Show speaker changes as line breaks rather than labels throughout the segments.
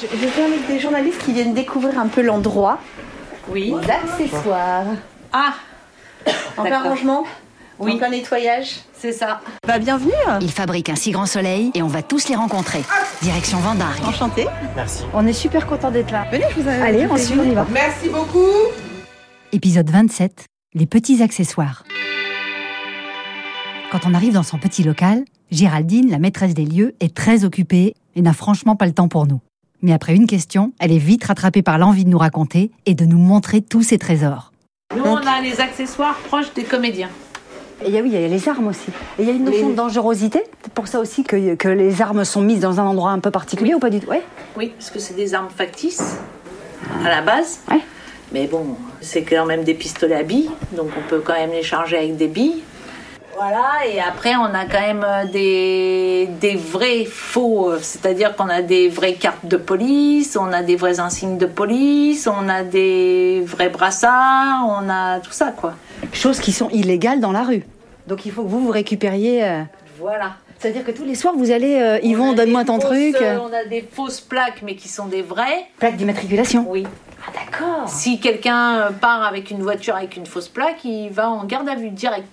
Je, je viens avec des journalistes qui viennent découvrir un peu l'endroit,
Oui.
les accessoires,
Ah,
en plein
D'accord.
rangement,
Oui.
en plein nettoyage.
c'est ça.
Bah bienvenue,
Ils fabriquent un si grand soleil et on va tous les rencontrer. Direction Vendargue.
enchantée.
Merci.
On est super content d'être là.
Venez, je vous invite.
Allez, ensuite on y va.
Merci beaucoup.
Épisode 27, les petits accessoires. Quand on arrive dans son petit local, Géraldine, la maîtresse des lieux, est très occupée et n'a franchement pas le temps pour nous. Mais après une question, elle est vite rattrapée par l'envie de nous raconter et de nous montrer tous ses trésors.
Nous, on a les accessoires proches des comédiens.
Et il y a- oui, il y a les armes aussi. Et il y a une notion de dangerosité. C'est pour ça aussi que, que les armes sont mises dans un endroit un peu particulier ou pas du tout Ouais.
Oui, parce que c'est des armes factices à la base.
Ouais.
Mais bon, c'est quand même des pistolets à billes, donc on peut quand même les charger avec des billes. Voilà, et après on a quand même euh, des, des vrais faux, euh, c'est-à-dire qu'on a des vraies cartes de police, on a des vrais insignes de police, on a des vrais brassards, on a tout ça quoi.
Choses qui sont illégales dans la rue. Donc il faut que vous vous récupériez. euh,
Voilà.
C'est-à-dire que tous les soirs vous allez, euh, Yvon,
On a
donne-moi
des
ton
fausses,
truc.
euh, on a des fausses plaques mais qui sont des vraies.
Plaque d'immatriculation.
Oui.
Ah d'accord.
Si quelqu'un euh, part avec une voiture avec une fausse plaque, il va en garde à vue direct.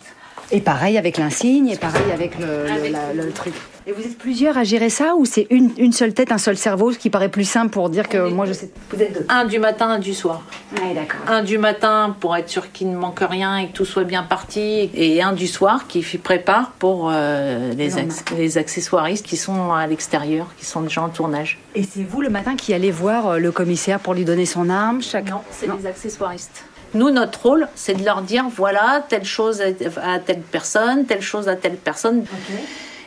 Et pareil avec l'insigne, et pareil avec le, le-
Avec
la- le truc. Et vous êtes plusieurs à gérer ça ou c'est une, une seule tête, un seul cerveau, ce qui paraît plus simple pour dire que moi je sais. Vous êtes deux. Ah,
Un du matin, un du soir.
Ouais, d'accord.
Un du matin pour être sûr qu'il ne manque rien et que tout soit bien parti. Et un du soir qui f- prépare pour euh, les, acc- les accessoiristes qui sont à l'extérieur, qui sont déjà en tournage.
Et c'est vous le matin qui allez voir euh, le commissaire pour lui donner son arme chacun
Non, c'est les accessoiristes. Nous, notre rôle, c'est de leur dire voilà, telle chose à à telle personne, telle chose à telle personne.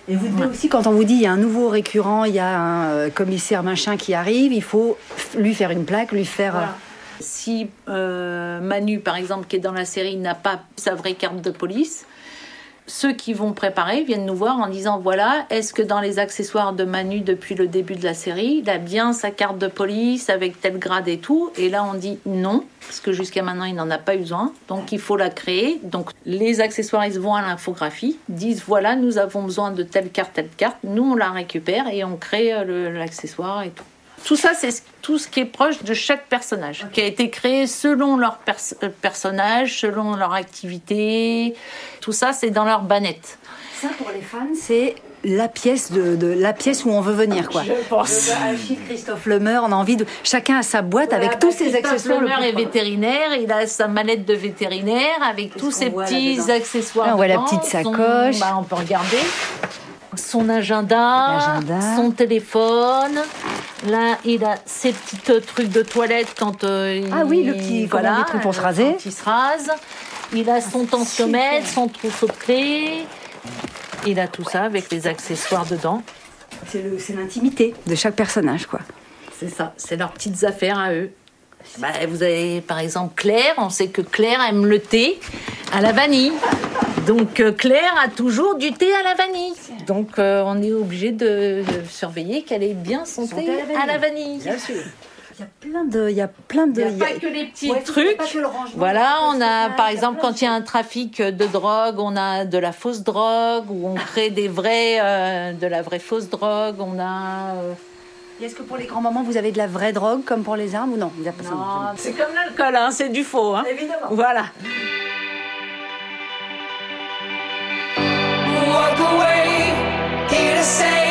Et vous devez aussi, quand on vous dit il y a un nouveau récurrent, il y a un euh, commissaire machin qui arrive, il faut f- lui faire une plaque, lui faire. euh,
Voilà. Si euh, Manu, par exemple, qui est dans la série, n'a pas sa vraie carte de police, ceux qui vont préparer viennent nous voir en disant voilà, est-ce que dans les accessoires de Manu depuis le début de la série, il a bien sa carte de police avec tel grade et tout Et là, on dit non, parce que jusqu'à maintenant, il n'en a pas eu besoin, donc il faut la créer. Donc les accessoiristes vont à l'infographie, disent voilà, nous avons besoin de telle carte, telle carte, nous on la récupère et on crée euh, le- l'accessoire et tout. Tout ça, c'est ce- tout ce qui est proche de chaque personnage, qui a été créé selon leur pers- euh, personnage, selon leur activité. Tout ça, c'est dans leur bannette.
Ça pour les fans, c'est la pièce de, de- la pièce où on veut venir quoi.
pense.
Achille, Christophe Lemeur, on a envie de chacun a sa boîte avec tous ses accessoires.
Le est
plus proche.
vétérinaire, il a sa mallette de vétérinaire avec tous
qu'on
ses
voit
petits
là-dedans
accessoires.
Là, on voit la
dedans,
petite
son-
sacoche.
bah, on peut regarder. Son agenda,
L'agenda.
son téléphone. Là, il a ses petits euh, trucs de toilette quand euh, il.
Ah oui, le petit- comment on dit, truc pour se
euh,
raser. Ah,
quand il se rase. Il a son tensiomètre, son trousseau de clés. Il a tout ça avec les accessoires dedans.
C'est le- c'est l'intimité de chaque personnage quoi.
C'est ça, c'est leurs petites affaires à eux. Bah, vous avez par exemple Claire, on sait que Claire aime le thé à la vanille. Donc euh, Claire a toujours du thé à la vanille. Donc euh, on est obligé de de surveiller qu'elle ait bien son, thé à la vanille.
Il y a plein de, il y a plein de.
Il
il
n'y
y
a
a-
pas que les petits
Ouais,
trucs.
pas que le rangement,
Voilà,
pas que
on
le
a
stockage,
par
il y a
exemple
plein de
quand il y a un trafic de drogue, on a de la fausse drogue, ou on crée des vrais, euh, de la vraie fausse drogue, on a. euh,
Et Est-ce que pour les grands moments vous avez de la vraie drogue comme pour les armes ou non Il y a pas ça non
c'est comme l'alcool, hein, c'est du faux. Hein.
Évidemment.
Voilà.
Walk away, here to say